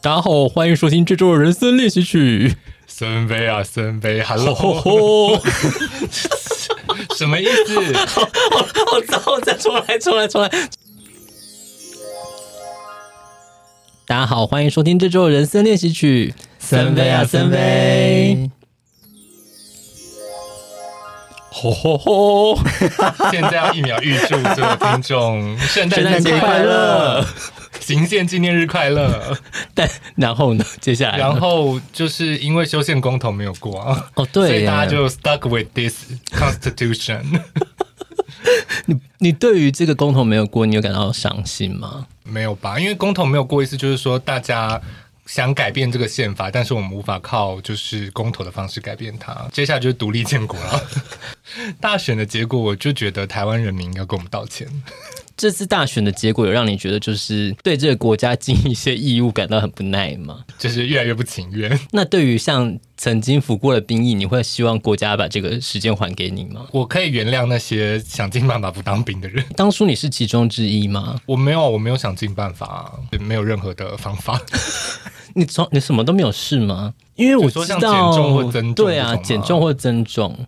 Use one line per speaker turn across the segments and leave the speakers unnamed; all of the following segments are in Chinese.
大家好，欢迎收听这周的人生练习曲。
森杯啊，森杯
吼吼
，Hello，
吼，
什么意思？
好糟，再重来，重来，重来。大家好，欢迎收听这周的人生练习曲。
森
杯啊森杯，吼吼吼！
现在要一秒预祝所有 听众
圣
圣诞
诞节
节
快
快
乐
乐，行宪纪念日 快乐。
但然后呢？接下来呢，
然后就是因为修宪公投没有过啊，
哦，
所
对
以
耶，
大家就 stuck with this constitution。
你对于这个公投没有过，你有感到伤心吗？
没有吧？因为公投没有过一次，就是说大家想改变这个宪法，但是我们无法靠就是公投的方式改变它。接下来就是独立建国了。 大选的结果，我就觉得台湾人民应该跟我们道歉。
这次大选的结果有让你觉得就是对这个国家尽一些义务感到很不耐吗？
就是越来越不情愿。
那对于像曾经服过的兵役，你会希望国家把这个时间还给你吗？
我可以原谅那些想尽办法不当兵的人，
当初你是其中之一吗？
我没有，我没有想尽办法啊，没有任何的方法。
你从你什么都没有试吗？因为我
就说
知
像
道，
减重或增重
对啊，
这种吗
减重或增重，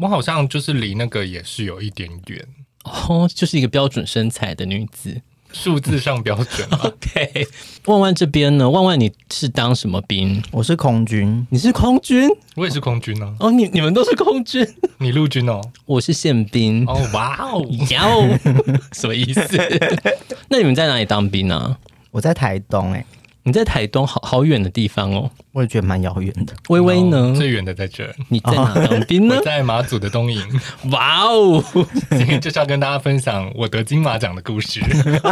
我好像就是离那个也是有一点远，
哦，就是一个标准身材的女子。
数字上标准 啊。
OK，万 万这边呢？万万你是当什么兵？
我是空军，
你是空军
我也是空军啊，
哦，你你们都是空军，
你陆军哦。
我是宪兵。
哦，哇哦，
呀哦， 什么意思？ 那你们在哪里当兵啊？
我在台东、欸，哎，
你在台东好好远的地方哦。
我也觉得蛮遥远的。
微微呢？
最远的在这儿。
你在哪当兵呢
我？在马祖的东营，
哇哦！
今天就是要跟大家分享我得金马奖的故 事。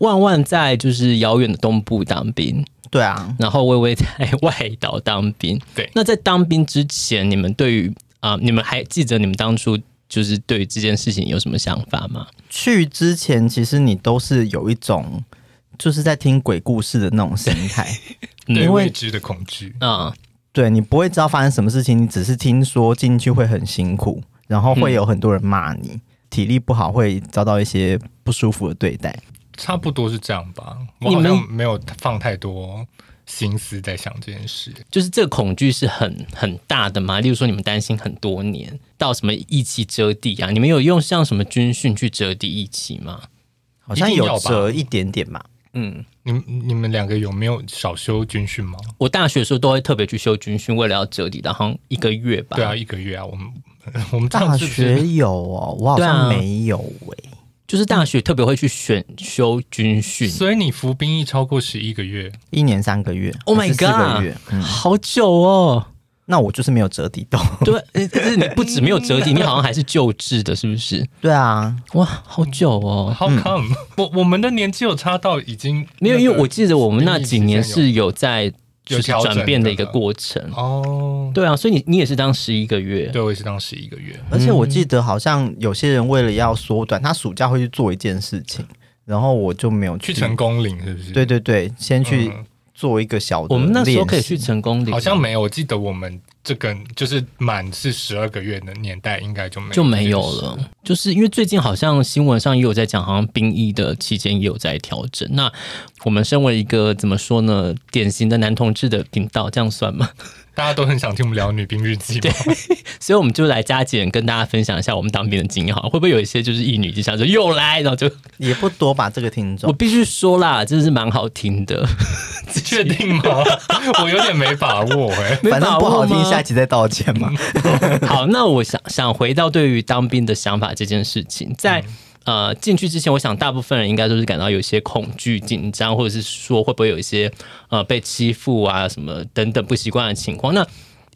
万万在就是遥远的东部当兵，
对啊，
然后微微在外岛当兵。
对
那在当兵之前，你们对于啊、你们还记得你们当初就是对于这件事情有什么想法吗？
去之前其实你都是有一种就是在听鬼故事的那种心 态，
对
因为
未知的恐惧，
啊、
对你不会知道发生什么事情，你只是听说进去会很辛苦，然后会有很多人骂你，体力不好会遭到一些不舒服的对待。
差不多是这样吧。我
你
好
们
像没有放太多心思在想这件事。
就是这个恐惧是很很大的嘛。例如说，你们担心很多年，到什么义气遮地啊？你们有用像什么军训去遮地义气吗？
好像
一定要
有
吧
折一点点吧，
嗯，
你你们两个有没有少修军训吗？
我大学的时候都会特别去修军训，为了要折抵的，好像一个月吧。
对啊，，一个月啊，我们 我们这
大
样是不是
学有哦，我好
对啊
像没有哎、
就是大学特别会去选修军训。
所以你服兵役超过十一个月，
一年三个月
Oh
还
my
是四
god！
个月，嗯，
好久哦，
那我就是没有折抵到。
对，呃就是你不止没有折抵，你好像还是旧制的，是不是？
对啊，
哇，好久哦，
how come？、我我们的年纪有差到已经
没有，
那个
因为我记得我们那几年
兵役
是有在就
有
是
调整
转变的一个
的
过程
时间有。哦，
对啊，所以你你也是当十一个月，
对，我也是当十一个
嗯
月。
而且我记得好像有些人为了要缩短，他暑假会去做一件事情，然后我就没有
去
去
成。功岭是不是？
对对对，先去
嗯
做一个小的、
我们那时候可以去，成功岭，
好像没有，我记得我们这个就是满是十二个月的年代，应该就没有
就没有。了。就是因为最近好像新闻上也有在讲，好像兵役的期间也有在调整。那我们身为一个怎么说呢，典型的男同志的频道，这样算吗？
大家都很想听我们聊女兵日记嘛，
所以我们就来加减跟大家分享一下我们当兵的经验，好了，会不会有一些就是一女就想说又来，然后就
也不多吧？这个听
我
众，
必须说啦，真的是蛮好听的，
确定吗？我有点没把握 哎、
没
反正
把
不好
握
听，
吗
下一期再道歉嘛。
好，那我想想回到对于当兵的想法这件事情，在、呃进去之前，我想大部分人应该都是感到有一些恐惧、紧张，或者是说会不会有一些呃被欺负啊什么等等不习惯的情况。那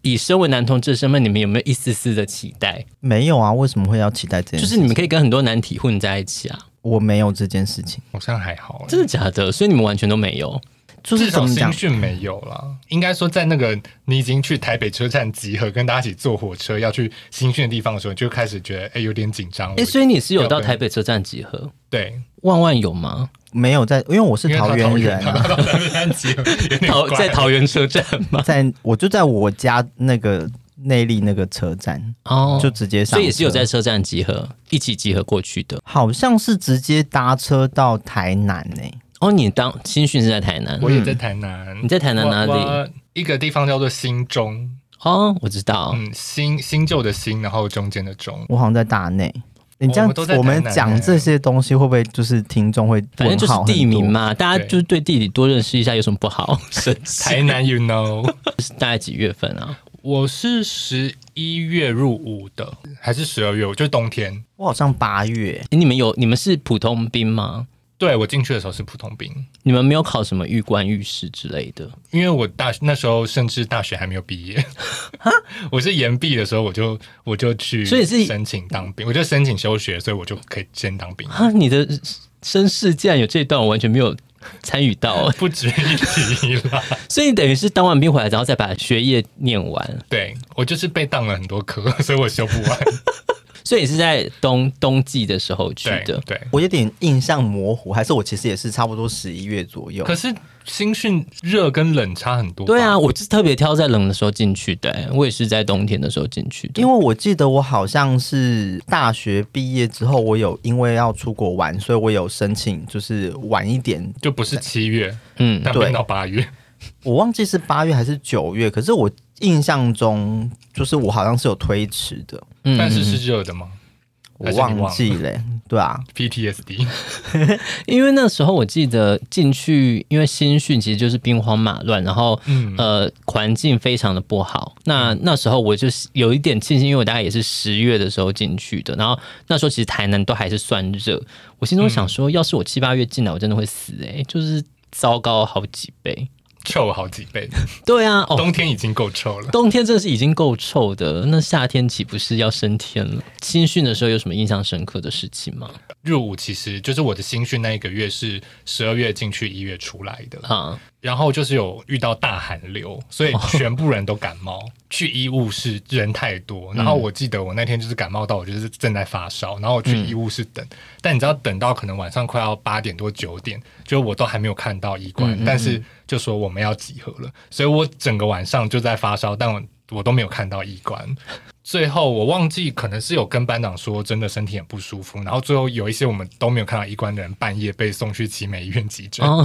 以身为男同志的身份，你们有没有一丝丝的期待？
没有啊，为什么会要期待这件
就
事？
是你们可以跟很多男体混在一起啊，
我没有这件事情，
好像还好、哎
真的假的？所以你们完全都没有。
就是
至
怎
少
么讲
新？训没有啦，应该说在那个你已经去台北车站集合，跟大家一起坐火车要去新训的地方的时候，你就开始觉得哎、有点紧张。
哎、
我
所以你是有
要
到
跟
台北车站集合？
对，
万万有吗？
没有在，因为我是
因为他
桃园人、
园，
啊，
他到台北车站集合有点
桃
怪
在桃园车站吗？
在我就在我家那个内力那个车站，
哦，
就直接上车，
所以也是有在车站集合，一起集合过去的。
好像是直接搭车到台南呢、欸
哦，你当新训是在台南，
我也在台南。
嗯你在台南哪里
我？我一个地方叫做新中，
哦，我知道，
嗯，新新旧的新，然后中间的中。
我好像在大内。你这
哦我
样
们都在，台
我们
南
讲
欸
这些东西会不会就是听众会
反正就是
问号很
地名
多？
嘛，大家就是对地理多认识一下，有什么不好？生气。
台南，you know，
是大概几月份啊？
我是十一月入伍的，还是十二月？我就是冬天。
我好像八月，
诶你们有你们是普通兵吗？
对我进去的时候是普通兵，
你们没有考什么玉官、御史之类的？
因为我大那时候甚至大学还没有毕业， 我是延毕的时候我就我就去，
所以是。
申请当兵，我就申请休学，所以我就可以先当兵
啊，你的身世竟然有这一段，我完全没有参与到，
不值一提 啦，
所以你等于是当完兵回来，然后再把学业念完，
对我就是被当了很多科，所以我修不 完。
所以你是在冬冬季的时候去
对
的。
对，
我有点印象模糊，还是我其实也是差不多十一月左右
可。是新训热跟冷差很多。
对，啊，我就是特别挑在冷的时候进去的、我也是在冬天的时候进去的。
因为我记得我好像是大学毕业之后，我有因为要出国玩，所以我有申请，就是晚一点，
就不是七月，
嗯，
但
对
变到八月。
我忘记是八月还是九月。可是我印象中，就是我好像是有推迟的，
嗯
但是
嗯嗯
是热的吗
我
还是你忘了
忘记了、对啊，
？PTSD
因为那时候我记得进去，因为新训其实就是兵荒马乱，然后、
嗯
呃环境非常的不好。那那时候我就是有一点庆幸，因为我大概也是十月的时候进去的，然后那时候其实台南都还是算热。我心中想说，要是我七八月进来，我真的会死诶、就是糟糕好几倍。
臭好几倍，
对啊，哦。
冬天已经够臭了。
冬天真的是已经够臭的，那夏天岂不是要升天了？新训的时候有什么印象深刻的事情吗？
入伍其实就是我的新训那一个月是十二月进去一月出来的，
啊，
然后就是有遇到大寒流，所以全部人都感冒。去医务室人太多，然后我记得我那天就是感冒到我就是正在发烧，然后我去医务室等，但你知道等到可能晚上快要八点多九点，就我都还没有看到医官，但是就说我们要集合了，所以我整个晚上就在发烧，但我我都没有看到医官。最后我忘记可能是有跟班长说真的身体很不舒服，然后最后有一些我们都没有看到医官的人半夜被送去奇美医院急诊。
哦，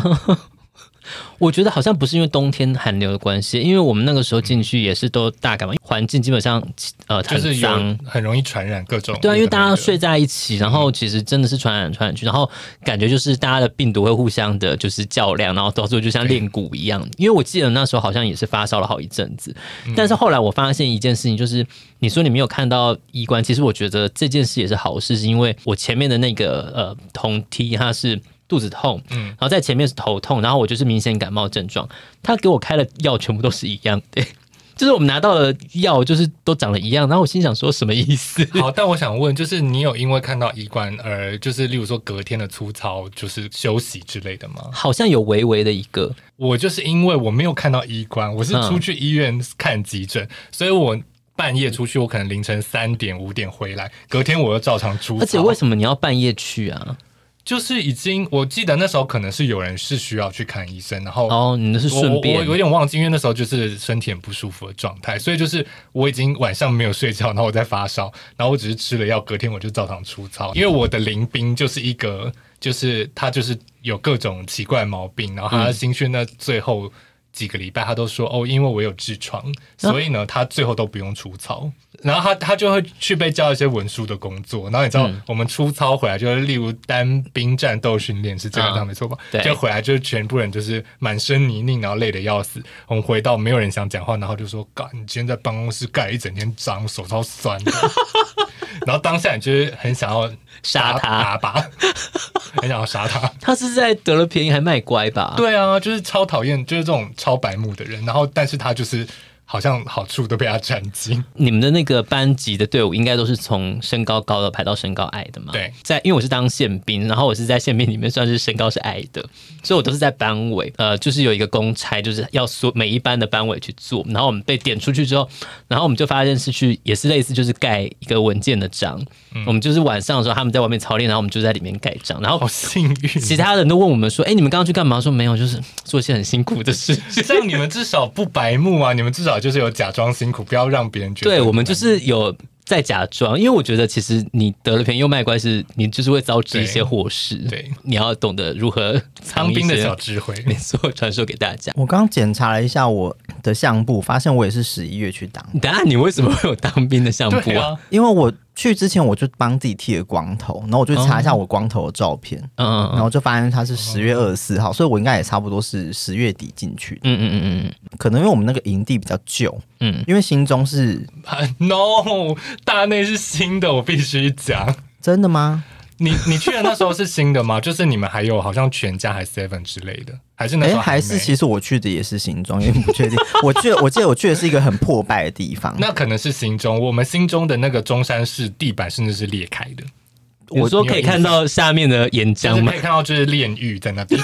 我觉得好像不是因为冬天寒流的关系，因为我们那个时候进去也是都大感冒，环境基本上呃
就
很
是有
脏。
很容易传染各种。
对啊，因为
有的
大
没
家
的
睡在一起，然后其实真的是传染传染去，然后感觉就是大家的病毒会互相的，就是较量，然后到最后就像练蛊一样。因为我记得那时候好像也是发烧了好一阵子，
嗯
但是后来我发现一件事情，就是你说你没有看到医官，其实我觉得这件事也是好事，是因为我前面的那个呃同梯他是肚子痛，
嗯
然后在前面是头痛，然后我就是明显感冒症状，他给我开的药全部都是一样的。就是我们拿到的药，就是都长得一样，然后我心想说什么意思？
好，但我想问，就是你有因为看到医官而就是，例如说隔天的粗糙，就是休息之类的吗？
好像有微微的一个，
我就是因为我没有看到医官，我是
嗯
出去医院看急诊，所以我半夜出去，我可能凌晨三点五点回来，隔天我又照常出。
而且为什么你要半夜去啊？
就是已经，我记得那时候可能是有人是需要去看医生，然后
哦，你那是
我我
顺
我
便
有点忘记，因为那时候就是身体很不舒服的状态，所以就是我已经晚上没有睡觉，然后我在发烧，然后我只是吃了药，隔天我就照常出操。因为我的林兵就是一个，就是他就是有各种奇怪的毛病，然后他新训那最后几个礼拜，他都说哦，因为我有痔疮，所以呢，他最后都不用出操。然后他他就会去被叫一些文书的工作，然后你知道
嗯
我们出操回来就是，例如单兵战斗训练是这个
啊
样没错吧？
对
就回来就是全部人就是满身泥泞，然后累得要死。我们回到没有人想讲话，然后就说：“干，你今天在办公室盖一整天章，手超 酸的。”然后当下你就是很想要
杀
打
他，啊
打靶， 很想要杀他。
他是在得了便宜还卖乖吧？，
对啊，就是超讨厌，就是这种超白目的人。然后，但是他就是好像好处都被他占尽。
你们的那个班级的队伍应该都是从身高高的排到身高矮的嘛？
对，
在因为我是当宪兵，然后我是在宪兵里面算是身高是矮的，所以我都是在班委，呃，就是有一个公差，就是要所每一班的班委去做。然后我们被点出去之后，然后我们就发现是去也是类似就是盖一个文件的章，
嗯
我们就是晚上的时候他们在外面操练，然后我们就在里面盖章，然后
好幸
其
运，
他人都问我们说：“哎、你们刚刚去干嘛？”说没有，就是做一些很辛苦的事。
这样你们至少不白目啊！你们至少就是有假装辛苦，不要让别人觉得。
对我们就是有在假装，因为我觉得其实你得了便宜又卖乖是，你就是会招致一些
对
祸事。
对，
你要懂得如何藏
当兵
一
的
些
小智慧，
没错，传授给大家。
我刚检查了一下我的相簿，发现我也是十一月去当，
等下你为什么会有当兵的相簿
对
啊？
啊，
因为我去之前我就帮自己剃了光头，然后我就查一下我光头的照片，
嗯嗯
然
嗯
后就发现他是十月二十四号，所以我应该也差不多是十月底进去的。
嗯嗯嗯嗯
可能因为我们那个营地比较旧，
嗯，
因为新中是
啊 no，大内是新的，我必须讲。
真的吗？
你你去的那时候是新的吗？ 就是你们还有好像全家还 Seven 之类的，还是那时
哎，
候
还
没
是其实我去的也是新中，因为不确定。 我去，我记得我去的是一个很破败的地方。
那可能是新中，我们新中的那个中山市地板甚至是裂开的，
我说可以看到下面的岩
就
浆
是
吗
可以？看到就是炼狱在那边。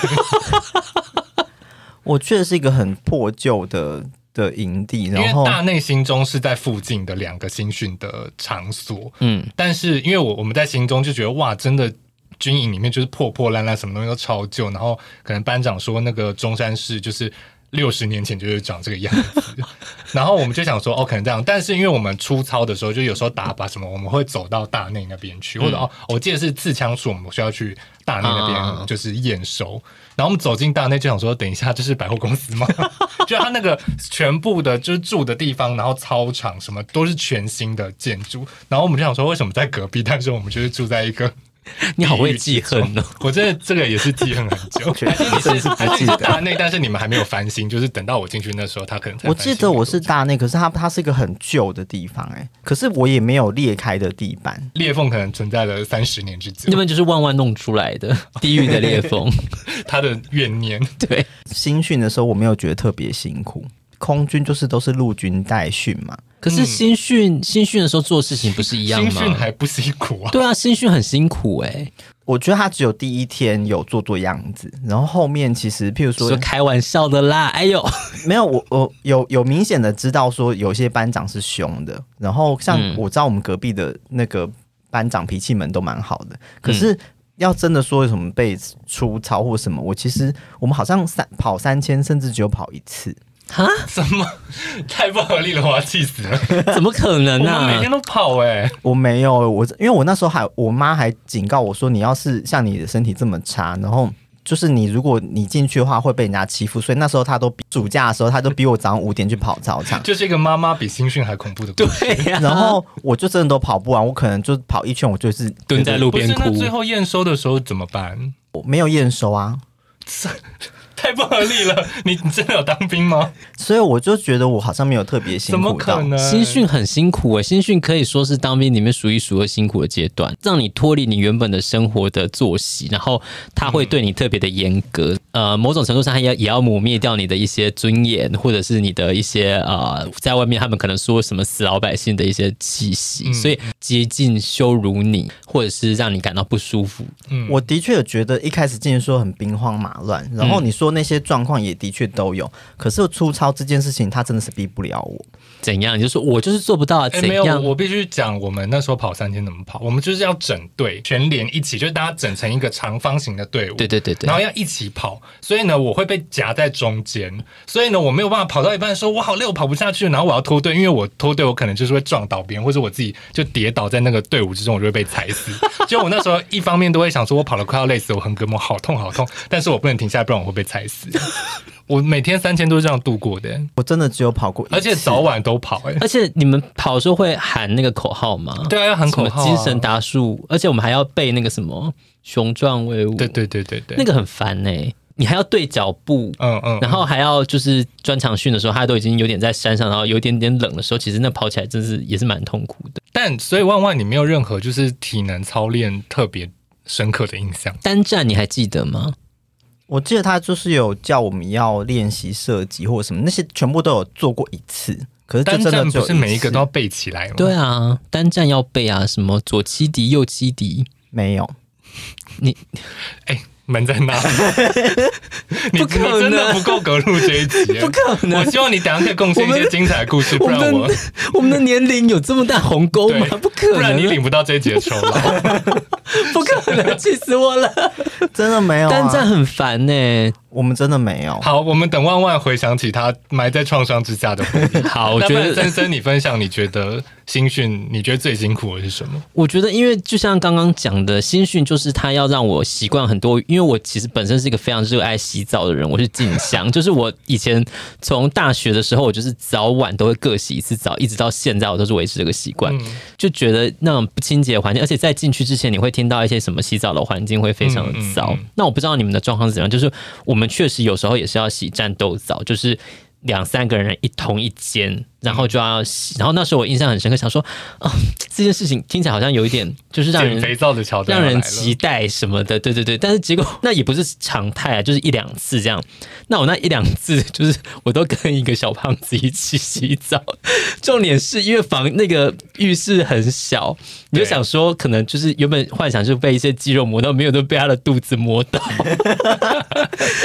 我去的是一个很破旧的的营地，
因为
然后
大内新中是在附近的两个新训的场所，
嗯，
但是因为我我们在心中就觉得哇，真的军营里面就是破破烂烂，什么东西都超旧。然后可能班长说那个中山市就是六十年前就是长这个样子，然后我们就想说哦，可能这样。但是因为我们出操的时候，就有时候打靶什么，我们会走到大内那边去，
嗯
或者哦，我记得是自枪处，我们需要去大内那
啊
边就是验收。然后我们走进大内就想说，等一下这是百货公司吗？ 就它那个全部的，就是住的地方，然后操场什么都是全新的建筑。然后我们就想说，为什么在隔壁？ 但是我们就是住在一个，
你好会记恨哦。
我真的这个也是记恨很久。
确实真的是不记得。
大内，但是你们还没有翻新，就是等到我进去那时候，他可能才
我
翻
记
新
得我是
很多
大内，可是它它是一个很旧的地方、哎，可是我也没有裂开的地板，
裂缝，可能存在了三十年之久
那。边就是万万弄出来的地狱的裂 缝，
他的怨念，
对，
新训的时候我没有觉得特别辛苦，空军就是都是陆军代训嘛，
可是新训、新训的时候做事情不是一样
新训
吗？
还不辛苦 啊？
对啊，新训很辛苦哎、
我觉得他只有第一天有做做样子，然后后面其实譬如
啊
说
说
开玩笑的啦，哎呦，
没有我我有有明显的知道说有些班长是凶的，然后像
嗯
我知道我们隔壁的那个班长脾气们都蛮好的，可是。要真的说有什么被出操或什么，我其实我们好像三跑三千，甚至只有跑一次，
哈，
怎么太不合理了？我要气死 了！
怎么可能啊
我
呢、
们每天都跑哎、，
我没有，我因为我那时候还我妈还警告我说，你要是像你的身体这么差，然后就是你如果你进去的话会被人家欺负，所以那时候她都比暑假的时候，她都逼我早上五点去跑操场
就是一个妈妈比新训还恐怖的故事。
对呀、
然后我就真的都跑不完，我可能就跑一圈，我就是
蹲在路
不
边
是，那
哭，
最后验收的时候怎么办？
我没有验收啊，
太不合理了！你你真的有当兵吗？
所以我就觉得我好像没有特别辛
怎么
苦到
可。能？
新训很辛苦哎、新训可以说是当兵里面数一数二辛苦的阶段，让你脱离你原本的生活的作息，然后他会对你特别的严格，呃，某种程度上他也也要抹灭掉你的一些尊严，或者是你的一些呃，在外面他们可能说什么死老百姓的一些气息，
嗯
所以接近羞辱你，或者是让你感到不舒服，
嗯
我的确有觉得一开始进去说很兵荒马乱，然后你说那些状况也的确都有，可是粗糙这件事情，他真的是逼不了我。
怎样？你就说我就是做不到啊，
哎、
怎
没有，
样？
我必须讲，我们那时候跑三千怎么跑？我们就是要整队，全连一起，就是大家整成一个长方形的队伍。
对对对对
然，后要一起跑，所以呢，我会被夹在中间，所以呢，我没有办法跑到一半说“我好累，我跑不下去”，然后我要脱队，因为我脱队，我可能就是会撞倒别人，或者我自己就跌倒在那个队伍之中，我就会被踩死。 就我那时候一方面都会想说，我跑得快要累死，我横膈膜好痛好痛，但是我不能停下来，不然我会被踩死。 我每天三千都是这样度过的，
我真的只有跑过一次，
而且早晚都跑、哎，
而且你们跑的时候会喊那个口号吗？
对啊，要喊口号、啊，
什么精神达数，而且我们还要背那个什么雄壮威武，
对，对对对对，
那个很烦哎、你还要对脚步。
嗯嗯，
然后还要就是专场训的时候，他都已经有点在山上，然后有点点冷的时候，其实那跑起来真是也是蛮痛苦的。
但所以万万你没有任何就是体能操练特别深刻的印象。
单站你还记得吗？
嗯
我记得他就是有叫我们要练习射击或者什么，那些全部都有做过一次。可是就
单
真的
站
只有
不是每一个
次
都要背起来吗？
对啊，单站要背啊，什么左七敌右七敌，
没有，啊
哎，门在哪？你
不可能
你真的不够格录这一集，
不可能
我希望你等一下可以贡献一
我
些
们
精彩的故事，
我
不
们
然我
的我们的年龄有这么大鸿沟吗
对？
不可
不
能，啊
然你领不到这一集的酬劳。
不可能，气死我了！
真的没有、啊。
单站很烦呢、欸
我们真的没有。
好，我们等万万回想起他埋在创伤之下的回忆。
好，我
那
觉
不然
得
森森，你分享你觉得新训，你觉得最辛苦的是什么？
我觉得，因为就像刚刚讲的，新训就是他要让我习惯很多，因为我其实本身是一个非常热爱洗澡的人，我是静 香，就是我以前从大学的时候，我就是早晚都会各洗一次澡，一直到现在我都是维持这个习惯，就觉得那种不清洁的环境，而且在进去之前你会听到一些什么洗澡的环境会非常的糟。
嗯嗯嗯
那我不知道你们的状况是怎样，就是我们确实有时候也是要洗战斗澡，哦就是两三个人一同一间，然后就要洗。然后那时候我印象很深刻，想说啊、这件事情听起来好像有一点就是让
减
人
肥皂的桥段
让人
要来了
期待什么的，对对对。但是结果那也不是常态啊，就是一两次这样。那我那一两次就是我都跟一个小胖子一起洗澡，重点是因为房那个浴室很小，你就
对
想说可能就是原本幻想是被一些肌肉磨到，没有都被他的肚子磨到，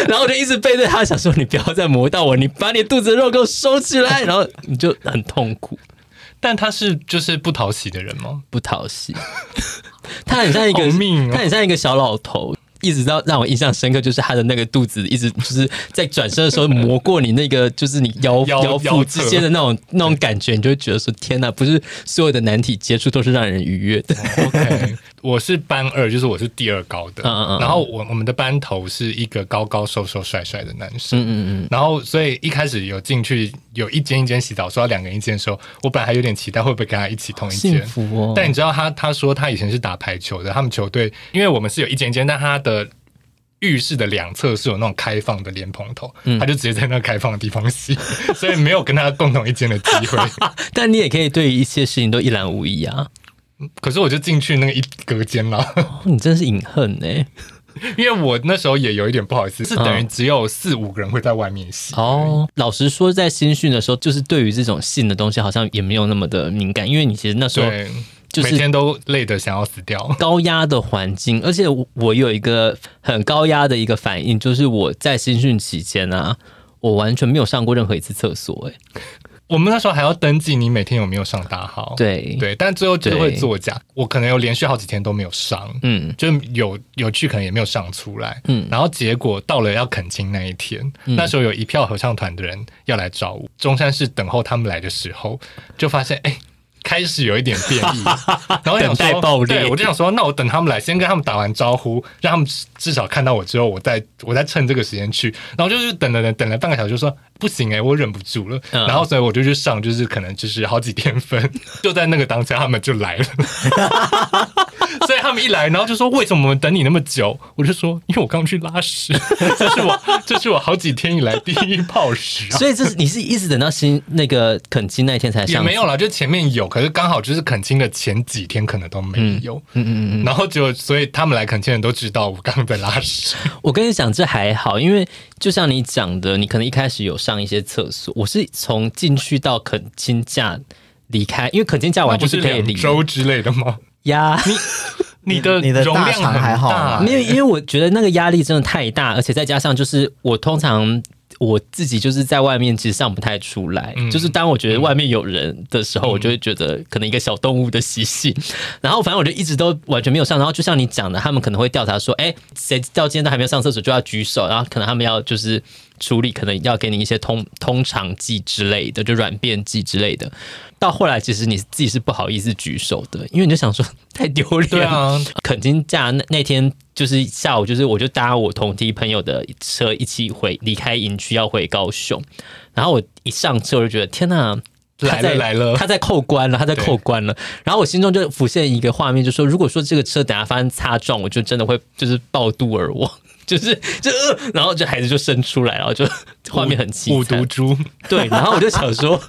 然后我就一直背着他想说你不要再磨到我，你把你肚子的肉给我收起来，然后你就很痛苦。
但他是就是不讨喜的人吗？
不讨喜， 他很像一个
好命哦
他很像一个小老头。一直到让我印象深刻，就是他的那个肚子，一直就是在转身的时候磨过你那个， 就是你腰
腰
腰腹
腰
之
侧
间的那种那种感觉，你就会觉得说天哪，不是所有的难体接触都是让人愉悦的。
OK，我是班二，就是我是第二高的。
嗯嗯嗯
然后我我们的班头是一个高高瘦瘦帅帅的男生。
嗯嗯嗯，
然后，所以一开始有进去有一间一间洗澡，说要两个人一间的时候，我本来还有点期待会不会跟他一起同一
幸
间。
福哦。
但你知道他他说他以前是打排球的，他们球队因为我们是有一间一间，但他的浴室的两侧是有那种开放的莲蓬头，
嗯
他就直接在那个开放的地方洗，所以没有跟他共同一间的机 会。
但你也可以对于一切事情都一览无遗啊！
可是我就进去那个一隔间了。
哦你真是隐恨哎、
因为我那时候也有一点不好意思，是等
嗯
于只有四五个人会在外面洗。
哦，老实说，在新训的时候，就是对于这种性的东西，好像也没有那么的敏感，因为你其实那时候
对，
就是
每天都累得想要死掉。
高压的环境，而且我我有一个很高压的一个反应，就是我在新训期间啊，我完全没有上过任何一次厕所、欸，
我们那时候还要登记你每天有没有上大号。
对，
哦对，但最后就会
对
作假。我可能有连续好几天都没有上，
嗯，
就有有去可能也没有上出来。
嗯
然后结果到了要恳亲那一天，那时候有一票合唱团的人要来找我，中山市等候他们来的时候，就发现哎。开始有一点变 异，然后我想
等待
说，
爆裂
对我就想说，那我等他们来，先跟他们打完招呼，让他们至少看到我之后，我再我再趁这个时间去。然后就是等了等等了半个小时，就说不行哎、我忍不住了。
嗯
然后所以我就去上，就是可能就是好几天分， 就在那个当下他们就来了。所以他们一来，然后就说为什么我们等你那么久？我就说因为我刚去拉屎， 这是我这是我好几天以来第一泡屎啊。
所以这是你是一直等到新那个恳亲那一天才
也
上，
没有啦，就前面有，可是刚好就是恳亲的前几天可能都没有，嗯嗯嗯，然后就所以他们来恳亲的人都知道我刚刚在拉 屎，
我跟你讲，这还好，因为就像你讲的，你可能一开始有上一些厕所，我是从进去到恳亲假离开，因为恳亲假完
不
就是可以
两
离
周之类的吗？
呀。
你的
你的
容
大
量
肠
很
还好
大欸
吗
啊没有，因为我觉得那个压力真的太大，而且再加上就是我通常我自己就是在外面其实上不太出来，
嗯
就是当我觉得外面有人的时候，我就会觉得可能一个小动物的习性， 然后反正我就一直都完全没有上，然后就像你讲的，他们可能会调查说，哎，谁到今天都还没有上厕所就要举手，然后可能他们要就是处理，可能要给你一些通通肠剂之类的，就软便剂之类的。到后来，其实你自己是不好意思举手的，因为你就想说 太丢脸了。
对啊，
肯丁假那那天就是下午，就是我就搭我同梯朋友的车一起回离开营区要回高雄，然后我一上车我就觉得天呐，他
来
在
了来了
他在扣关了，他在扣关了。然后我心中就浮现一个画面，就说如果说这个车等下发生擦撞，我就真的会就是暴肚而亡， 就是就、呃然后就孩子就生出来，然后就画面很凄
五
惨
毒猪，
对，然后我就想说，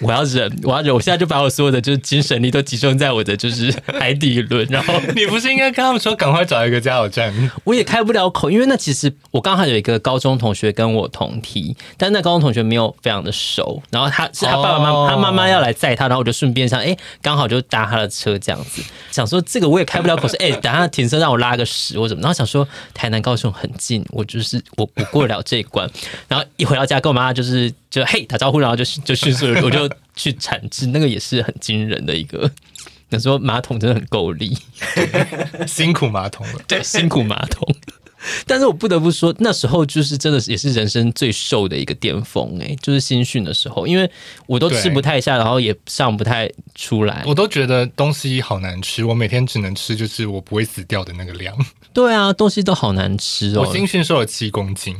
我要忍，我要忍，我现在就把我所有的就是精神力都集中在我的就是海底轮，然后
你不是应该跟他们说赶快找一个加油站？
我也开不了口，因为那其实我刚好有一个高中同学跟我同梯，但那高中同学没有非常的熟，然后他是他爸爸妈妈、
哦
他妈妈要来载他，然后我就顺便想，哎、刚好就搭他的车这样子，想说这个我也开不了口，说哎、等下停车让我拉个屎或什么，然后想说台南高雄很近，我就是我我过得了这一关，然后一回到家跟我妈就是就嘿打招呼，然后就就迅速地我就去产制，那个也是很惊人的一个。那时候马桶真的很够力，
辛苦马桶了。
对，辛苦马桶。 但是我不得不说，那时候就是真的是也是人生最瘦的一个巅峰哎、就是新训的时候，因为我都吃
对
不太下，然后也上不太出来。
我都觉得东西好难吃，我每天只能吃就是我不会死掉的那个量。
对啊，东西都好难吃哦
我。新训瘦了七公斤，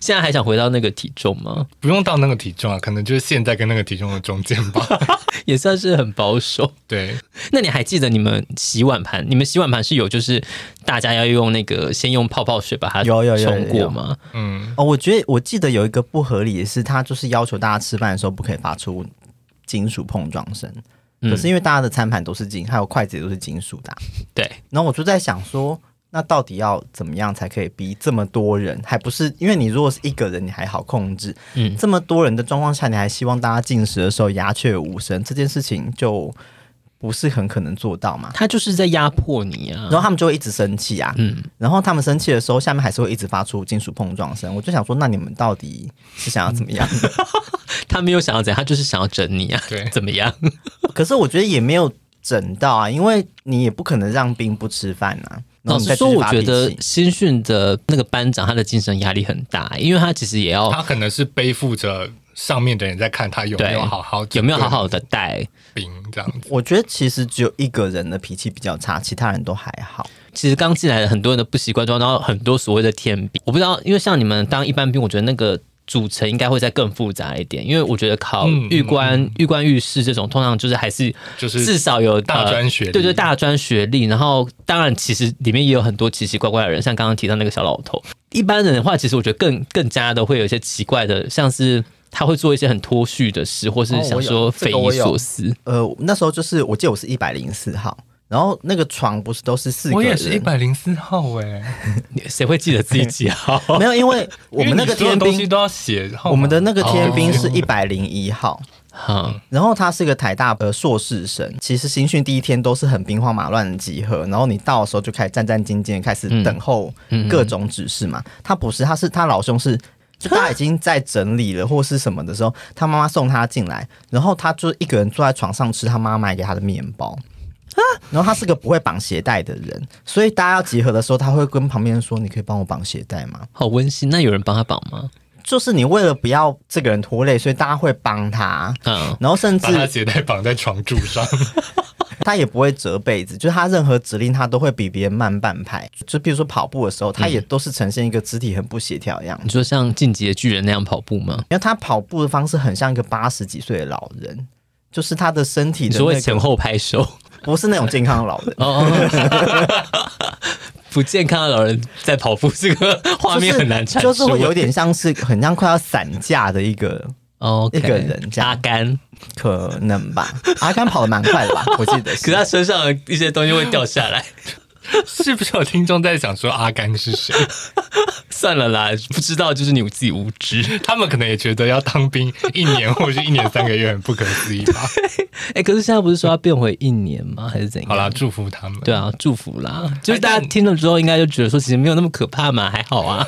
现在还想回到那个体重吗？
不用到那个体重啊，可能就是现在跟那个体重的中间 吧。
也算是很保守。
对，
那你还记得你们洗碗盘？你们洗碗盘是有就是大家要用那个先用泡泡水把它
有有有有
冲过吗？
嗯，
哦，我觉得我记得有一个不合理的是，他就是要求大家吃饭的时候不可以发出金属碰撞声。可是因为大家的餐盘都是金，还有筷子也都是金属的啊、
对，
然后我就在想说，那到底要怎么样才可以逼这么多人？还不是因为你如果是一个人，你还好控制，
嗯
这么多人的状况下，你还希望大家进食的时候鸦雀无声，这件事情就不是很可能做到嘛。
他就是在压迫你啊
然。后他们就会一直生气啊，
嗯，
然后他们生气的时候，下面还是会一直发出金属碰撞声。我就想说，那你们到底是想要怎么样？
他没有想要怎样，他就是想要整你啊。
对
怎么样？
可是我觉得也没有整到啊，因为你也不可能让兵不吃饭啊。然
老
后你
实
再
说，
继续
我
发
觉
脾
得
气
新训的那个班长他的精神压力很大，因为他其实也要
他可能是背负着上面的人在看他有没有
对
好好
有没有好好的带。
冰这样子。
我觉得其实只有一个人的脾气比较差，其他人都还好。
其实刚进来的很多人都不习惯装，然后很多所谓的天兵，我不知道，因为像你们当一般兵，我觉得那个组成应该会再更复杂一点，因为我觉得考
嗯
玉官、玉官御士这种，通常就是还是
就是
至少有
大专学历
呃，对对，大专学历。然后当然，其实里面也有很多奇奇怪怪的人，像刚刚提到那个小老头。一般人的话，其实我觉得更更加的会有一些奇怪的，像是。他会做一些很脱序的事，或
哦
是
我有
想说
这
匪
个
夷
我有
所思。
呃，那时候就是我记得我是一百零四号，然后那个床不是都是四个
我
人，
也是一百零四号哎、
你谁会记得自己几 号？
没有，因为我们那个
因为
天
你所有东西
兵，
都要写号码，
我们的那个天兵
哦
是一百零一号。
哈，
然后他是个台大的硕士生，其实新训第一天都是很兵荒马乱的集合，然后你到的时候就开始战战兢兢，开始
嗯
等候各种指示嘛。他不是，他是他老兄是，就他已经在整理了或是什么的时候，他妈妈送他进来，然后他就一个人坐在床上吃他妈买给他的面包。然后他是个不会绑鞋带的人，所以大家要集合的时候，他会跟旁边人说：“你可以帮我绑鞋带吗
好温馨。那有人帮他绑吗？？”
就是你为了不要这个人拖累，所以大家会帮他，
嗯，
然后甚至
把他鞋带绑在床柱 上，
他也不会折被子，就是他任何指令他都会比别人慢半拍。就比如说跑步的时候，
嗯
他也都是呈现一个肢体很不协调的样子，
你说像《进击的巨人》那样跑步吗？
因为他跑步的方式很像一个八十几岁的老人，就是他的身体
你
的、
说
那
会
个
前后拍手？。
不是那种健康的老人
哦， 不健康的老人在跑步，这个 画面很难
就是
阐
就
述。
是会有点像是很像快要散架的一个，
哦，
一个人这样
阿甘，
可能吧。阿甘跑得蛮 快的吧，我记得
可是
是。
他身上的一些东西会掉下来。
是不是有听众在想说阿甘是谁？
算了啦，不知道就是你自己无知。
他们可能也觉得要当兵一年或是一年三个月很不可思议 吧。
哎、可是现在不是说要变回一年吗？还是怎样？
好啦，，祝福他们。
对啊，祝福啦。就是大家听了之后，应该就觉得说，其实没有那么可怕嘛，还好啊。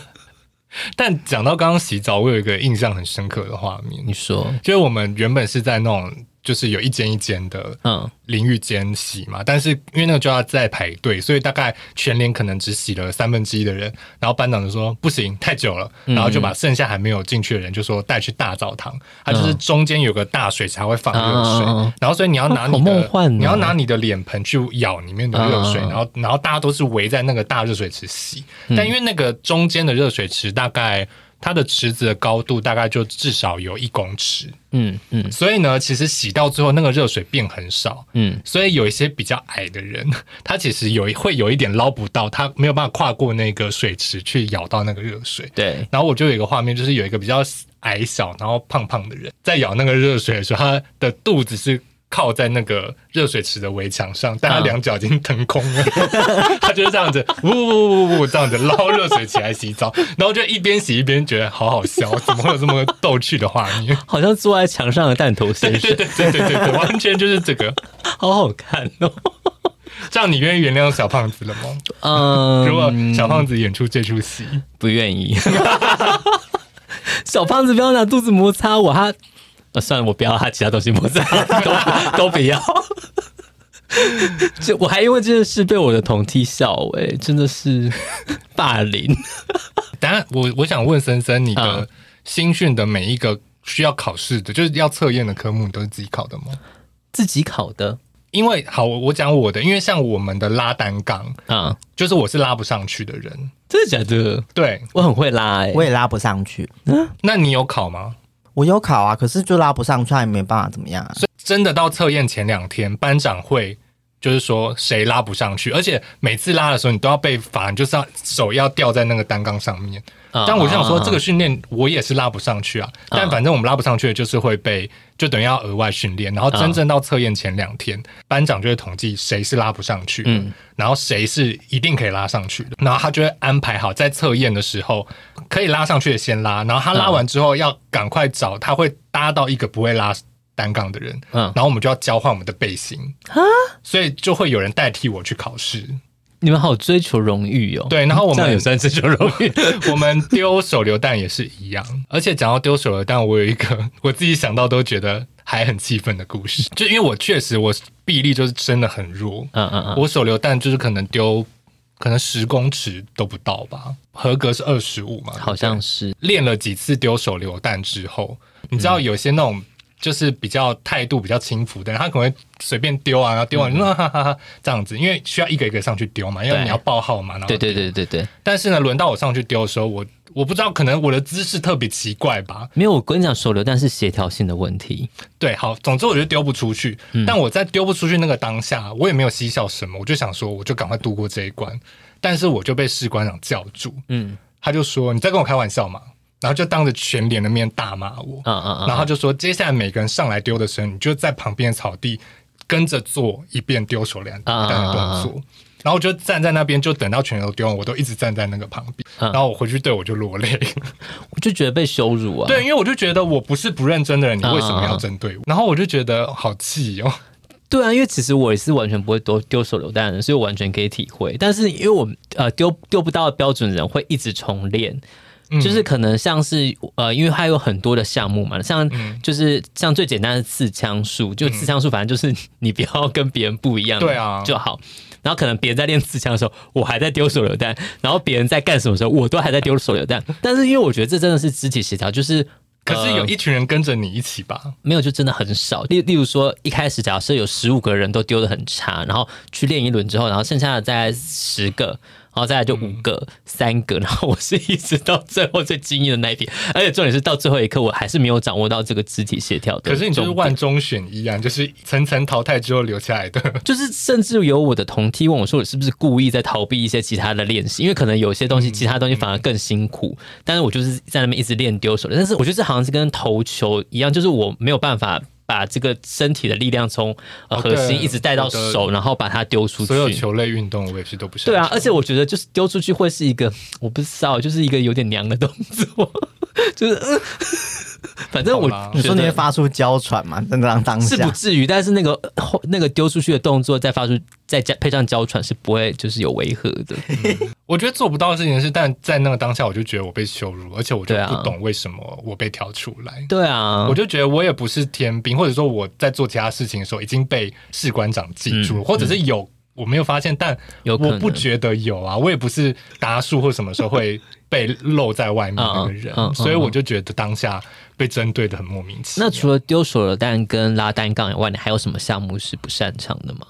但讲到刚刚洗澡，我有一个印象很深刻的画 面
你，说，
就是我们原本是在那种就是有一间一间的
嗯，
淋浴间洗嘛，但是因为那个就要在排队，所以大概全连可能只洗了三分之一的人。然后班长就说不行，太久了，
嗯
然后就把剩下还没有进去的人就说带去大澡堂，它就是
嗯
中间有个大水池，它会放热
嗯嗯
水，
嗯嗯
然后所以你要拿
好
你
梦
的、
幻哦
你要拿你的脸盆去舀里面的热水，
嗯嗯嗯
然后然后大家都是围在那个大热水池洗，但因为那个中间的热水池大概。它的池子的高度大概就至少有一公尺，
嗯嗯
所以呢，其实洗到最后那个热水变很少，
嗯，
所以有一些比较矮的人，他其实有一会有一点捞不到，他没有办法跨过那个水池去舀到那个热水。
对，
然后我就有一个画面，就是有一个比较矮小，然后胖胖的人在舀那个热水的时候，他的肚子是靠在那个热水池的围墙上，但他
嗯
两脚已经腾空了，他就是这样子，呜呜呜呜这样子捞热水起来洗澡，然后就一边洗一边觉得好好笑，怎么会有这么逗趣的画面？
好像坐在墙上的弹头 先生
对，对对对对对，完全就是这个。
好好看哦。
这样你愿意原谅小胖子了吗？
嗯，
如果小胖子演出这出戏，
不愿意， 小胖子不要拿肚子摩擦我，他、呃、算了，我不要他其他东西 摩擦，都都不要。就我还因为这件事被我的同梯笑、欸，哎，真的是霸凌。
当然，我我想问森森，你
嗯
的新训的每一个需要考试的，就是要测验的科目，你都是自己考的吗？
自己考的
因为好，我我讲我的，因为像我们的拉单杠，
啊，
就是我是拉不上去的人。
真的假的？
对，
我很会拉哎、
我也拉不上去。
那你有考吗？
我有考啊，可是就拉不上去，也没办法怎么样啊。
所以真的到测验前两天，班长会就是说谁拉不上去，而且每次拉的时候，你都要被罚，你就是要手要吊在那个单杠上面。
啊
但我就想说，
啊
这个训练我也是拉不上去啊。但反正我们拉不上去，就是会被就等于要额外训练。
啊
然后真正到测验前两天，班长就会统计谁是拉不上去的，
嗯
然后谁是一定可以拉上去的。然后他就会安排好，在测验的时候可以拉上去的先拉，然后他拉完之后要赶快找，他会搭到一个不会拉单杠的人，
嗯
然后我们就要交换我们的背心所以就会有人代替我去考试。
你们好追求荣誉哦。
对，然后我
这样
们
也算追求荣 誉。
我们丢手榴弹也是一样，而且讲到丢手榴弹，我有一个 我自己想到都觉得还很气愤的故事，就因为我确实我臂力就是真的很弱，
嗯嗯嗯，
我手榴弹就是可能丢可能十公尺都不到吧，合格是二十五嘛，
好像是
练了几次丢手榴弹之后，你知道有些那种。就是比较态度比较轻浮的人，他可能会随便丢啊，然后丢完那哈哈哈这样子，因为需要一个一个上去丢嘛，因为
对
你要报号嘛，然后
对对对对对，
但是呢，轮到我上去丢的时候，我我不知道，可能我的姿势特别奇怪吧。
没有。我跟你讲，手榴弹是协调性的问题。
对，好，总之我就丢不出去。
嗯
但我在丢不出去那个当下，我也没有嬉笑什么，我就想说，我就赶快度过这一关。但是我就被士官长叫住，
嗯
他就说：“你在跟我开玩笑吗？”然后就当着全连的面大骂我。
啊啊啊！
然后他就说：“接下来每个人上来丢的时候，你就在旁边的草地跟着做一遍丢手榴
啊
弹的动作。”然后我就站在那边，就等到全都丢完，我都一直站在那个旁边。
嗯
然后我回去对我就落泪。
我就觉得被羞辱啊。
对，因为我就觉得我不是不认真的人，你为什么
嗯
要针对我？然后我就觉得好气哦。
对啊，因为其实我也是完全不会丢丢手榴弹的，所以我完全可以体会。但是因为我呃丢丢不到的标准人会一直重练，
嗯
就是可能像是呃，因为它有很多的项目嘛，像
嗯
就是像最简单的刺枪术，就刺枪术反正就是你不要跟别人不一样，
对啊
就好。然后可能别人在练刺枪的时候，我还在丢手榴弹；然后别人在干什么的时候，我都还在丢手榴弹。但是因为我觉得这真的是肢体协调，就是
可是有
呃
一群人跟着你一起吧？
没有就真的很少。例例如说，一开始假设有十五个人都丢的很差，然后去练一轮之后，然后剩下的再十个，然后再来就五个、三个，然后我是一直到最后最精英的那一批，而且重点是到最后一刻我还是没有掌握到这个肢体协调的重点。
可是你就是万中选一啊，就是层层淘汰之后留下来的。
就是甚至有我的同梯问我说，我是不是故意在逃避一些其他的练习？因为可能有些
嗯
东西，其他东西反而更辛苦。但是我就是在那边一直练丢手的，但是我觉得这好像是跟投球一样，就是我没有办法。把这个身体的力量从呃
哦
核
对
心一直带到
我的
手，然后把它丢出去。
所有球类运动我也是都不是
对啊，而且我觉得就是丢出去会是一个，我不知道，就是一个有点娘的动作， 就是、呃 反正我
好啦
你
觉
说
得
你会发出娇喘吗？真的当当
嗯是啊不
下
至于，但是那个后那个丢出去的动作再发出再加配上娇喘是不会就是有违和的。
我觉得做不到这件事，但在那个当下我就觉得我被羞辱，而且我就
对啊
不懂为什么我被挑出来。
对啊
我，就觉得我也不是天兵，或者说我在做其他事情的时候已经被士官长记住，
嗯
或者是有、我没有发现，但
有可能
我不觉得有啊，我也不是达数或什么时候会被露在外面的那个人，
嗯嗯嗯嗯
所以我就觉得当下被针对的很莫名其妙。
那除了丢手榴弹跟拉单杠以外，你还有什么项目是不擅长的吗？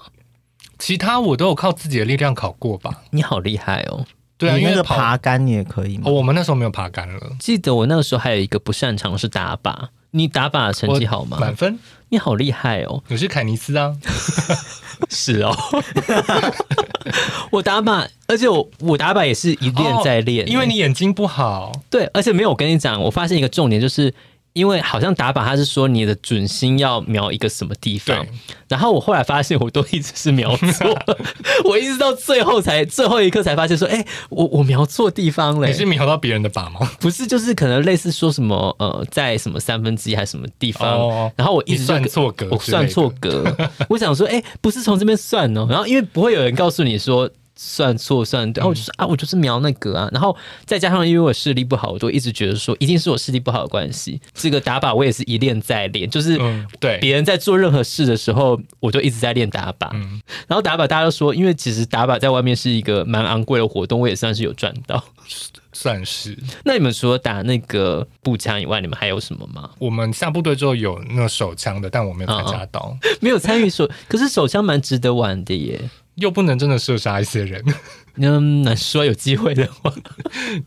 其他我都有靠自己的力量考过吧？
你好厉害哦！
对啊，
你
因
那
为
个
跑、
爬杆你也可以吗
哦，？我们那时候没有爬杆了，
记得我那个时候还有一个不擅长的是打靶，你打靶的成绩好
满
吗？
分。
你好厉害哦！
我是凯尼斯啊，
是哦， 我打靶，而且我我打靶也是一练再练、
因为你眼睛不好，
对，而且没有，我跟你讲，我发现一个重点，就是因为好像打靶，他是说你的准心要瞄一个什么地方
对，
然后我后来发现我都一直是瞄错， 我一直到最后才最后一刻才发现说，哎、我我瞄错地方了、
你是瞄到别人的靶吗？
不是就是可能类似说什么呃，在什么三分之一还是什么地方，
哦
然后我一直就
你算错格
我
之类的
算错格，我想说哎、诶不是从这边算哦，然后因为不会有人告诉你说。算错算
嗯
对，然后我就说啊，我就是瞄那个啊，然后再加上因为我视力不好，我就一直觉得说一定是我视力不好的关系。这个打靶我也是一练再练，就是
嗯对
别人在做任何事的时候，我就一直在练打靶。
嗯
然后打靶大家都说，因为其实打靶在外面是一个蛮昂贵的活动，我也算是有赚到。
算是
那你们除了打那个步枪以外，你们还有什么吗？
我们下部队之后有那个手枪的，但我没有参
嗯
加到，
没有参与手，可是手枪蛮值得玩的耶。
又不能真的射杀一些人。
嗯，难说有机会的话，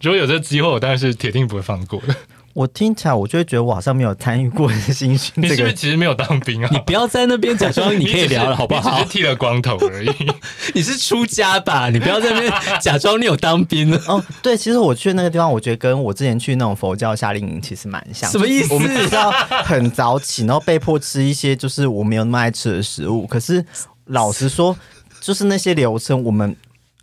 如果有这机会，我当然是铁定不会放过的。
我听起来我就会觉得我好像没有参与过新 训
你
这
是不
个
是，其实没有当兵啊？
你不要在那边假 装你可以聊了，好不
你只
好
是？剃了光头而已。
你是 出家吧？你不要在那边假装你有当 兵了，
哦，对，其实我去那个地方，我觉得跟我之前去那种佛教夏令营其实蛮像。
什么 意思
我们就是要很早起，然后被迫吃一些就是我没有那么爱吃的食物。可是老实说，就是那些流程，我们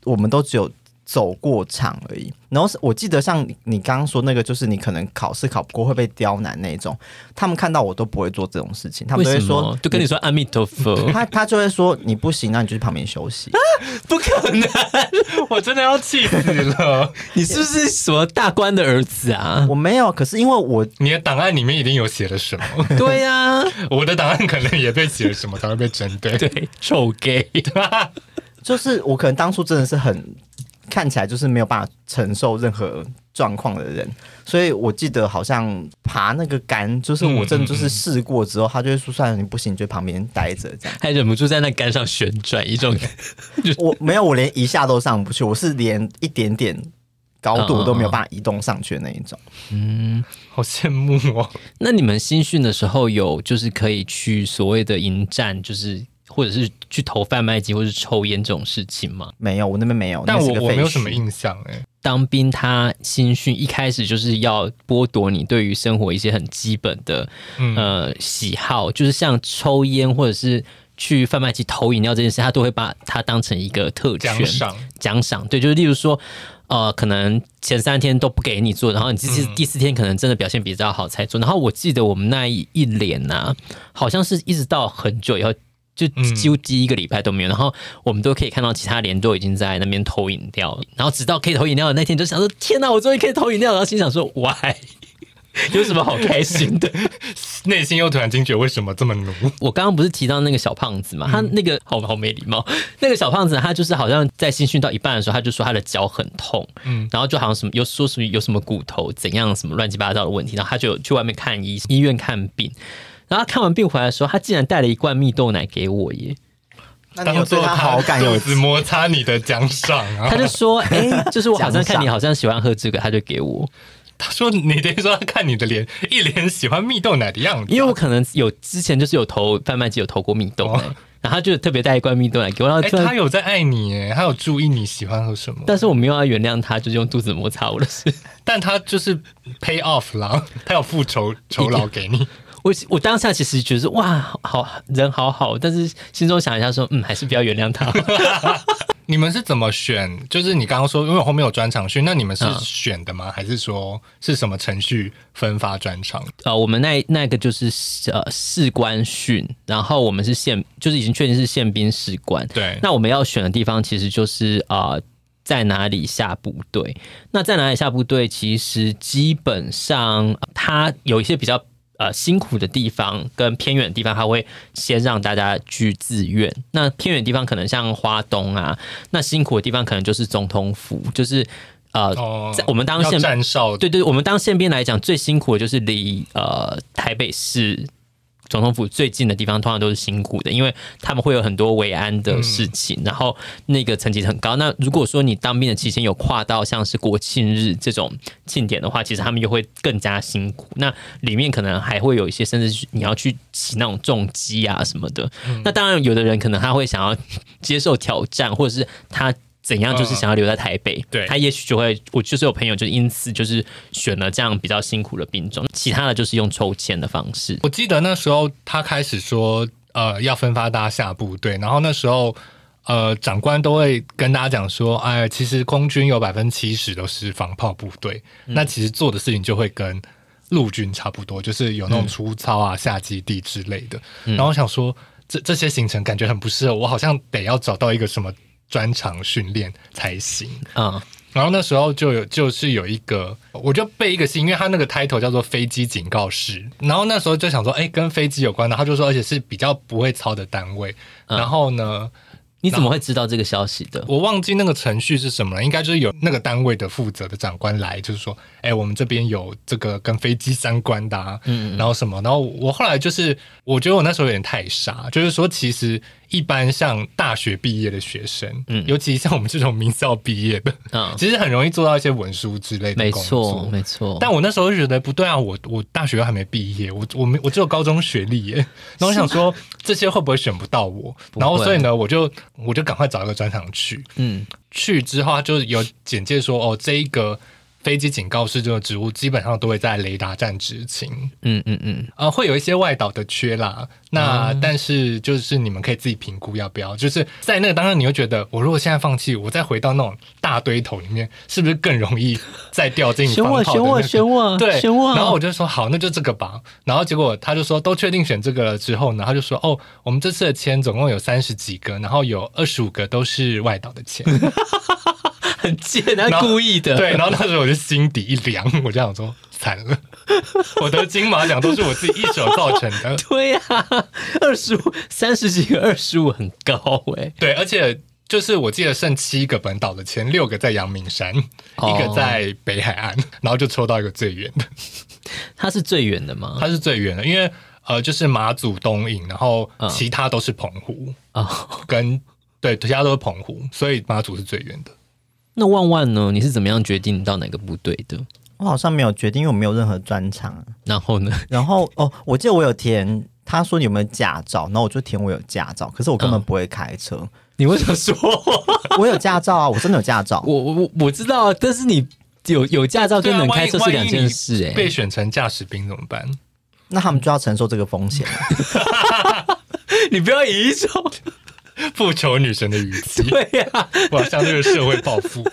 我们都只有走过场而已。然后是我记得像你刚刚说那个，就是你可能考试考不过会被刁难那种，他们看到我都不会做这种事情，他们都会说。
就跟你说阿弥陀佛，
他他就会说你不行，那啊你就去旁边休息。
不可 能！
我真的 要气死了！
你是不是什么大官的儿子啊？
我没有，可是因为我
你的档案里面一定有写了什么，
对啊呀、
我的档案可能也被写了什么才会被针 对。
对，臭 gay，
就是我可能当初真的是很看起来就是没有办法承受任何状况的人，所以我记得好像爬那个杆，就是我真的就是试过之后，他就会说算了，你不行，你就旁边待着这样。
还忍不住在那杆上旋转，一种
我没有，我连一下都上不去，我是连一点点高度都没有办法移动上去的那一种。
好羡慕哦！
那你们新训的时候有就是可以去所谓的营站，就是或者是去投贩卖机或是抽烟这种事情吗？
没有，我那边没有，
但
那
我
是个
我
废
没有什
墟
么印象哎、
当兵他新训一开始就是要剥夺你对于生活一些很基本的、
嗯
呃喜好，就是像抽烟或者是。去贩卖机投饮料这件事，他都会把它当成一个特权
奖赏
奖赏。对，就是例如说，呃，可能前三天都不给你做，然后你第四、第四天可能真的表现比较好才做。然后我记得我们那一一连呐、好像是一直到很久以后，就几乎第一个礼拜都没有。然后我们都可以看到其他连都已经在那边投饮料了，然后直到可以投饮料的那天，就想说：天哪，我终于可以投饮料了！然后心想说：why？有什么好开心的？
内心又突然惊觉为什么这么奴？
我刚刚不是提到那个小胖子嘛？他那个好好没礼貌。 那个小胖子，他就是好像在新训到一半的时候，他就说他的脚很痛，嗯，然后就好像什么有说什么有什么骨头怎样什么乱七八糟的问题，然后他就去外面看医医院看病。然后他看完病回来的时候，他竟然带了一罐蜜豆奶给我耶！
那你有
当
对
做
他好感有
肚子摩擦你的奖赏啊
他！就说：“哎、就是我好像
奖赏
看你好像喜欢喝这个，他就给我，
他说你等于说他看你的脸，一脸喜欢蜜豆奶的样子，
因为我可能有之前就是有投贩卖机有投过蜜豆奶，
哦
然后他就特别带一罐蜜豆奶给我，然后
哎、
突然
他有在爱你耶，他有注意你喜欢喝什么，
但是我没有要原谅他，就是用肚子摩擦我的事。
但他就是 pay off 啦，他有付酬酬劳给你。
我我当下其实觉得哇，好人好好，但是心中想一下说，嗯，还是不要原谅他。
你们是怎么选？就是你刚刚说，因为我后面有专场训，那你们是
嗯
选的吗？还是说是什么程序分发专场？
呃，我们那那个就是呃士官训，然后我们是宪，就是已经确定是宪兵士官。
对
那我们要选的地方其实就是呃在哪里下部队。那在哪里下部队，其实基本上呃它有一些比较呃辛苦的地方跟偏远的地方，它会先让大家去自愿。那偏远地方可能像花东啊，那辛苦的地方可能就是总统府，就是呃。
哦
在我们当
要
宪
站哨，
对对，我们当宪兵来讲，最辛苦的就是离呃台北市总统府最近的地方，通常都是辛苦的，因为他们会有很多维安的事情，然后那个层级很高。那如果说你当兵的期间有跨到像是国庆日这种庆典的话，其实他们就会更加辛苦。那里面可能还会有一些，甚至是你要去骑那种重机啊什么的。那当然，有的人可能他会想要 接受挑战，或者是他。怎样就是想要留在台北，
对
他也许就会，我就是有朋友就因此就是选了这样比较辛苦的兵种，其他的就是用抽签的方式。
我记得那时候他开始说，呃，要分发大家下部队，然后那时候。呃，长官都会跟大家讲说，哎，其实空军有百分之七十都是防炮部队，那其实做的事情就会跟陆军差不多，就是有那种粗糙啊、下基地之类的。然后我想说，这这些行程感觉很不适合，我好像得要找到一个什么专场训练才行。
嗯，
然后那时候就有就是有一个，我就背一个信，因为他那个 title 叫做飞机警告室。然后那时候就想说，哎，跟飞机有关的，他就说，而且是比较不会操的单位。然后呢，
你怎么会知道这个消息的？
我忘记那个程序是什么了，应该就是有那个单位的负责的长官来，就是说，哎、我们这边有这个跟飞机相关的、啊，
嗯
然后什么，然后我后来就是，我觉得我那时候有点太傻，就是说，其实一般像大学毕业的学生，嗯，尤其像我们这种名校毕业的，
嗯
其实很容易做到一些文书之类的
没
工
错，
作。
没错。
但我那时候就觉得不对啊，我我大学还没毕业，我我没我只有高中学历耶。然后我想说这些会不会选不到我？
不
然后
会
所以呢，我就我就赶快找一个专场去。
嗯，
去之后，他就有简介说，哦，这一个飞机警告室这个职务基本上都会在雷达站执勤，
嗯嗯嗯，
呃，会有一些外岛的缺啦。那、但是就是你们可以自己评估要不要，就是在那个当中，你会觉得，我如果现在放弃，我再回到那种大堆头里面，是不是更容易再掉进
选
防
我，
炮的
选
那
我，
个
选我，
对，
选我。
然后我就说好，那就这个吧。然后结果他就说都确定选这个了之后呢，他就说哦，我们这次的签总共有三十几个，然后有二十五个都是外岛的签。
很贱，他
然后
故意的。
对，然后那时候我就心底一凉，我就想说惨了，我得金马奖都是我自己一手造成的。
对呀、啊， 二十五、三十几个、二十五很高哎、
对，而且就是我记得剩七个本岛的，前六个在阳明山，
哦
一个在北海岸，然后就抽到一个最远的，
他是最远的吗？
它是最远的，因为呃就是马祖东引，然后
嗯
其他都是澎湖
哦，
跟。对，其他都是澎湖，所以马祖是最远的。
那万万呢？你是怎么样决定你到哪个部队的？
我好像没有决定，因为我没有任何专长。
然后呢？
然后哦，我记得我有填，他说你有没有驾照，然后我就填我有驾照，可是我根
嗯
本不会开车。
你为什么说我？
我有驾照啊，我真的有驾照。
我我我知道，啊但是你有有驾照
对
跟
啊
能
万
开
一
车是
万
两
一
件
你
事哎、
被选成驾驶兵怎么办？
那他们就要承受这个风险。
你不要以一种
复仇女神的语气，
对呀、
我要向这个社会报复。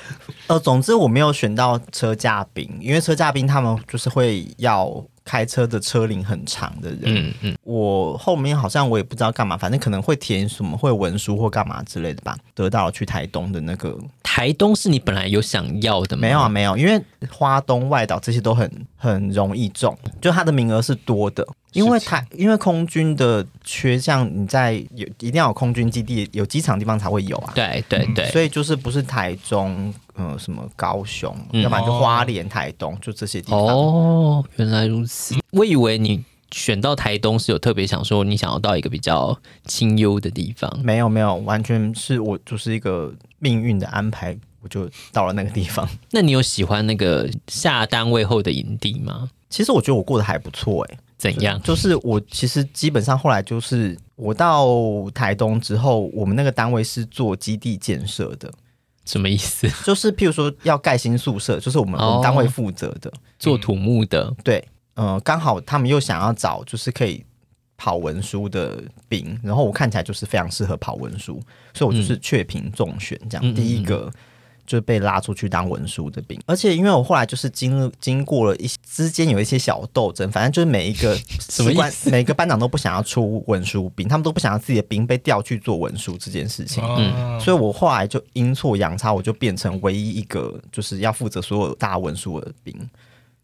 呃，总之我没有选到车驾兵，因为车驾兵他们就是会要开车的车龄很长的人。
嗯嗯，
我后面好像我也不知道干嘛，反正可能会填什么会文书或干嘛之类的吧。得到了去台东的那个
台东是你本来有想要的吗？
没有啊，没有，因为花东外岛这些都很很容易中，就它的名额是多的。因为台因为空军的缺项，你在有一定要有空军基地，有机场地方才会有啊。
对对对，
所以就是不是台中，呃，什么高雄，
嗯
要不然就花莲、台东，就这些地方。
哦，原来如此。我以为你选到台东是有特别想说你想要到一个比较清幽的地方。
没有没有，完全是我就是一个命运的安排，我就到了那个地 方。
那你有喜欢那个下单位后的营地吗？
其实我觉得我过得还不错哎、
怎样？
就是我其实基本上后来就是我到台东之后，我们那个单位是做基地建设的，
什么意思？
就是譬如说要盖新宿舍，就是我们
哦
我们单位负责的。
做土木的，
对，呃，刚好他们又想要找就是可以跑文书的兵，然后我看起来就是非常适合跑文书，所以我就是确评中选这样，
嗯嗯嗯嗯
第一个。就被拉出去当文书的兵，而且因为我后来就是经 历经过了一些之间有一些小斗争，反正就是每一个
什么
士官
意
每个班长都不想要出文书兵，他们都不想要自己的兵被调去做文书这件事情。
哦
嗯，
所以我后来就阴错阳差，我就变成唯一一个就是要负责所有大文书的兵。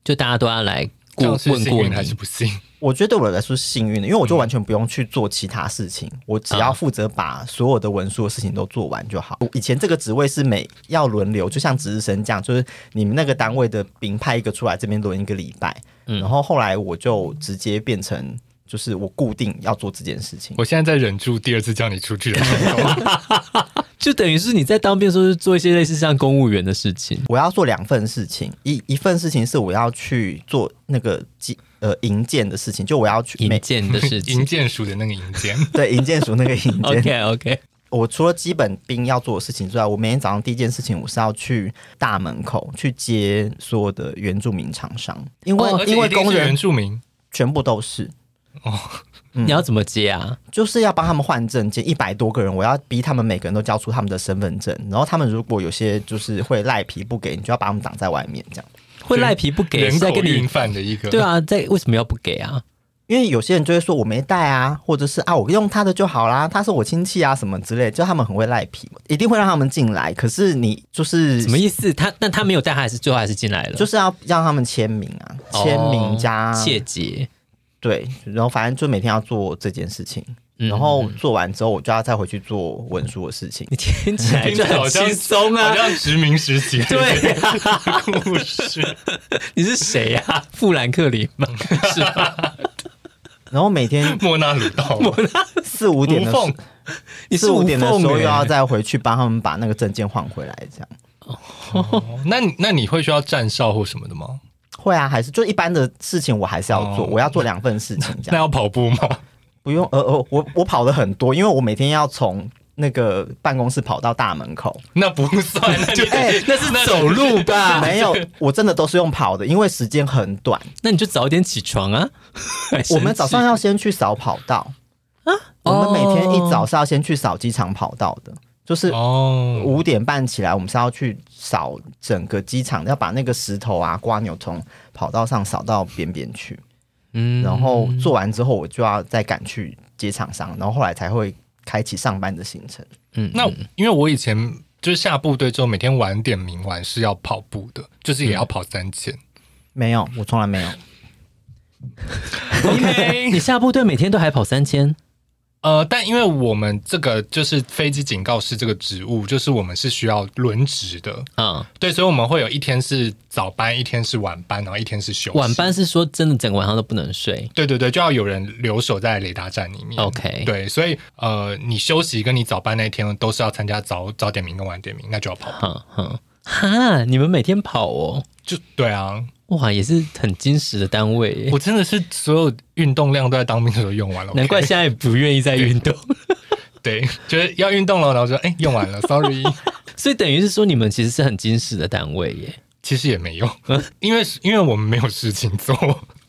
就大家都要来
这
过
样是
问
幸
过
运还是
你。
不幸？
我觉得对我来说是幸运的，因为我就完全不用去做其他事情，我只要负责把所有的文书的事情都做完就好。以前这个职位是每要轮流，就像值日生这样，就是你们那个单位的兵派一个出来，这边轮一个礼拜。然后后来我就直接变成，就是我固定要做这件事情。
我现在在忍住第二次叫你出去的冲动。
就等于是你在当兵的时候是做一些类似像公务员的事情。
我要做两份事情，一一份事情是我要去做那个机呃营建的事情，就我要去
引
每
荐的事
银
情
建署的那个银建，
对营建署那个 营
，OK
建
OK，
我除了基本兵要做的事情之外，我每天早上第一件事情我是要去大门口去接所有的原住民厂商，因为、
哦而且
哦因为
一定是
工
原
人
住民，
全部都是，嗯
你要怎么接啊？
就是要帮他们换证件，一百多个人，我要逼他们每个人都交出他们的身份证，然后他们如果有些就是会赖皮不给，你就要把他们挡在外面这样。
会赖皮不给，
人
是在
口
跟
运
你
贩的一个，
对啊，在为什么要不给啊？
因为有些人就会说我没带啊，或者是啊我用他的就好啦，他是我亲戚啊什么之类，就他们很会赖皮，一定会让他们进来。可是你就是
什么意思？他但他没有带，他还是最后还是进来了，
就是要让他们签名啊，签名加、
哦切结。
对，然后反正就每天要做这件事情，
嗯
然后做完之后我就要再回去做文书的事情。
你听起来
听起
就
来好
很
像
轻松啊
好！像殖民时期
对啊，
的故事。
你是谁呀、富兰克林吗？是吧？
然后 每天
莫那鲁道，
四五点的时
无
候
缝，
你是
四五点的
无缝
时候又要
欸
再回去帮他们把那个证件换回来，这样
哦那你那你会需要站哨或什么的吗？
会啊？还是就一般的事情我还是要做，
哦
我要做两份事情这
那
样。
要跑步吗？
不用，呃呃，我我跑了很多，因为我每天要从那个办公室跑到大门口。
那不算，那就
哎
那是走路 吧？
没有，我真的都是用跑的，因为时间很短。
那你就早点起床啊！哎还生气
我们早上要先去扫跑道啊，我们每天一早是要先去扫机场跑道的，就是
哦，
五点半起来，我们是要去扫整个机场，要把那个石头啊、瓜牛从跑道上扫到边边去。
嗯
然后做完之后，我就要再赶去接厂商，然后后来才会开启上班的行程。
嗯，
那因为我以前就是下部队之后，每天晚点名完是要跑步的，就是也要跑三千。
没有，我从来没有。
OK，
你下部队每天都还跑三千，
呃，但因为我们这个就是飞机警告师这个职务，就是我们是需要轮值的，
嗯，
对，所以我们会有一天是早班，一天是晚班，然后一天是休息。
晚班是说真的整个晚上都不能睡。
对对对，就要有人留守在雷达站里面。
OK
对，所以呃，你休息跟你早班那一天都是要参加早早点名跟晚点名，那就要跑。
哼哼，哈，你们每天跑哦，
就对啊，
哇，也是很矜持的单位耶
我真的是所有运动量都在当兵的时候用完了。
难怪
OK
现在不愿意再运动。
对，就是要运动了，然后说哎、用完了，sorry。
所以等于是说，你们其实是很矜持的单位耶。
其实也没有，
嗯
因为因为我们没有事情做。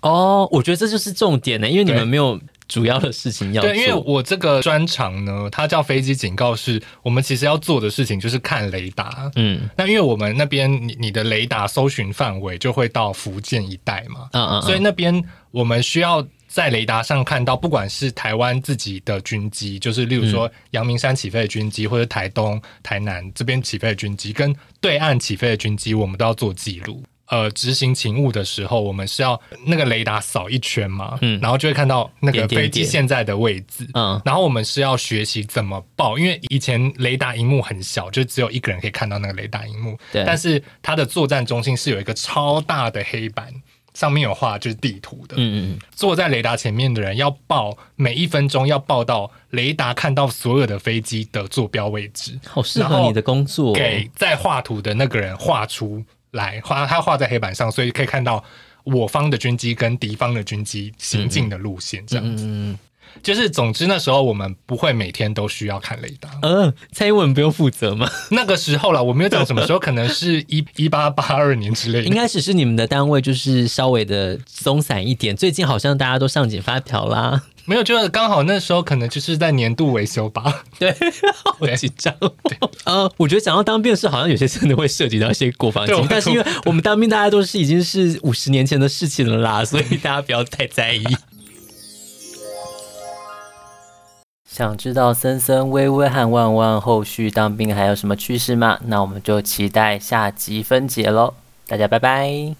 哦，我觉得这就是重点呢，因为你们没有主要的事情要做。
对，因为我这个专长呢，它叫飞机警告是我们其实要做的事情就是看雷达。
嗯
那因为我们那边你你的雷达搜寻范围就会到福建一带嘛，
嗯嗯，
所以
以
那边我们需要在雷达上看到，不管是台湾自己的军机，就是例如
嗯
说阳明山起飞的军机，或者台东、台南这边起飞的军机，跟对岸起飞的军机，我们都要做记录。呃，执行勤务的时候，我们是要那个雷达扫一圈嘛，
嗯
然后就会看到那个
点点
飞机
点
现在的位置，
嗯
然后我们是要学习怎么报，因为以前雷达荧幕很小，就只有一个人可以看到那个雷达荧幕。
对
但是它的作战中心是有一个超大的黑板，上面有画就是地图的。
嗯嗯
坐在雷达前面的人要报每一分钟要报到雷达看到所有的飞机的坐标位置，
嗯，好适合你的工作哦。
给在画图的那个人画出来，画他画在黑板上，所以可以看到我方的军机跟敌方的军机行进的路线，这样子。
嗯，
就是总之那时候我们不会每天都需要看雷达。
呃，蔡英文不用负责吗？
那个时候啦，我没有讲什么时候，可能是一一八八二年之类
应
的。
该只是你们的单位就是稍微的松散一点。最近好像大家都上紧发条啦，
没有，就是刚好那时候可能就是在年度维修吧。
对， 好紧张哦。呃，我觉得讲到当兵的事，好像有些真的会涉及到一些国防机
对我
密，但是因为我们当兵，大家都是已经是五十年前的事情了啦，所以大家不要太在 意。
想知道森森、微微和万万后续当兵还有什么趣事吗？那我们就期待下集分解喽，大家拜拜。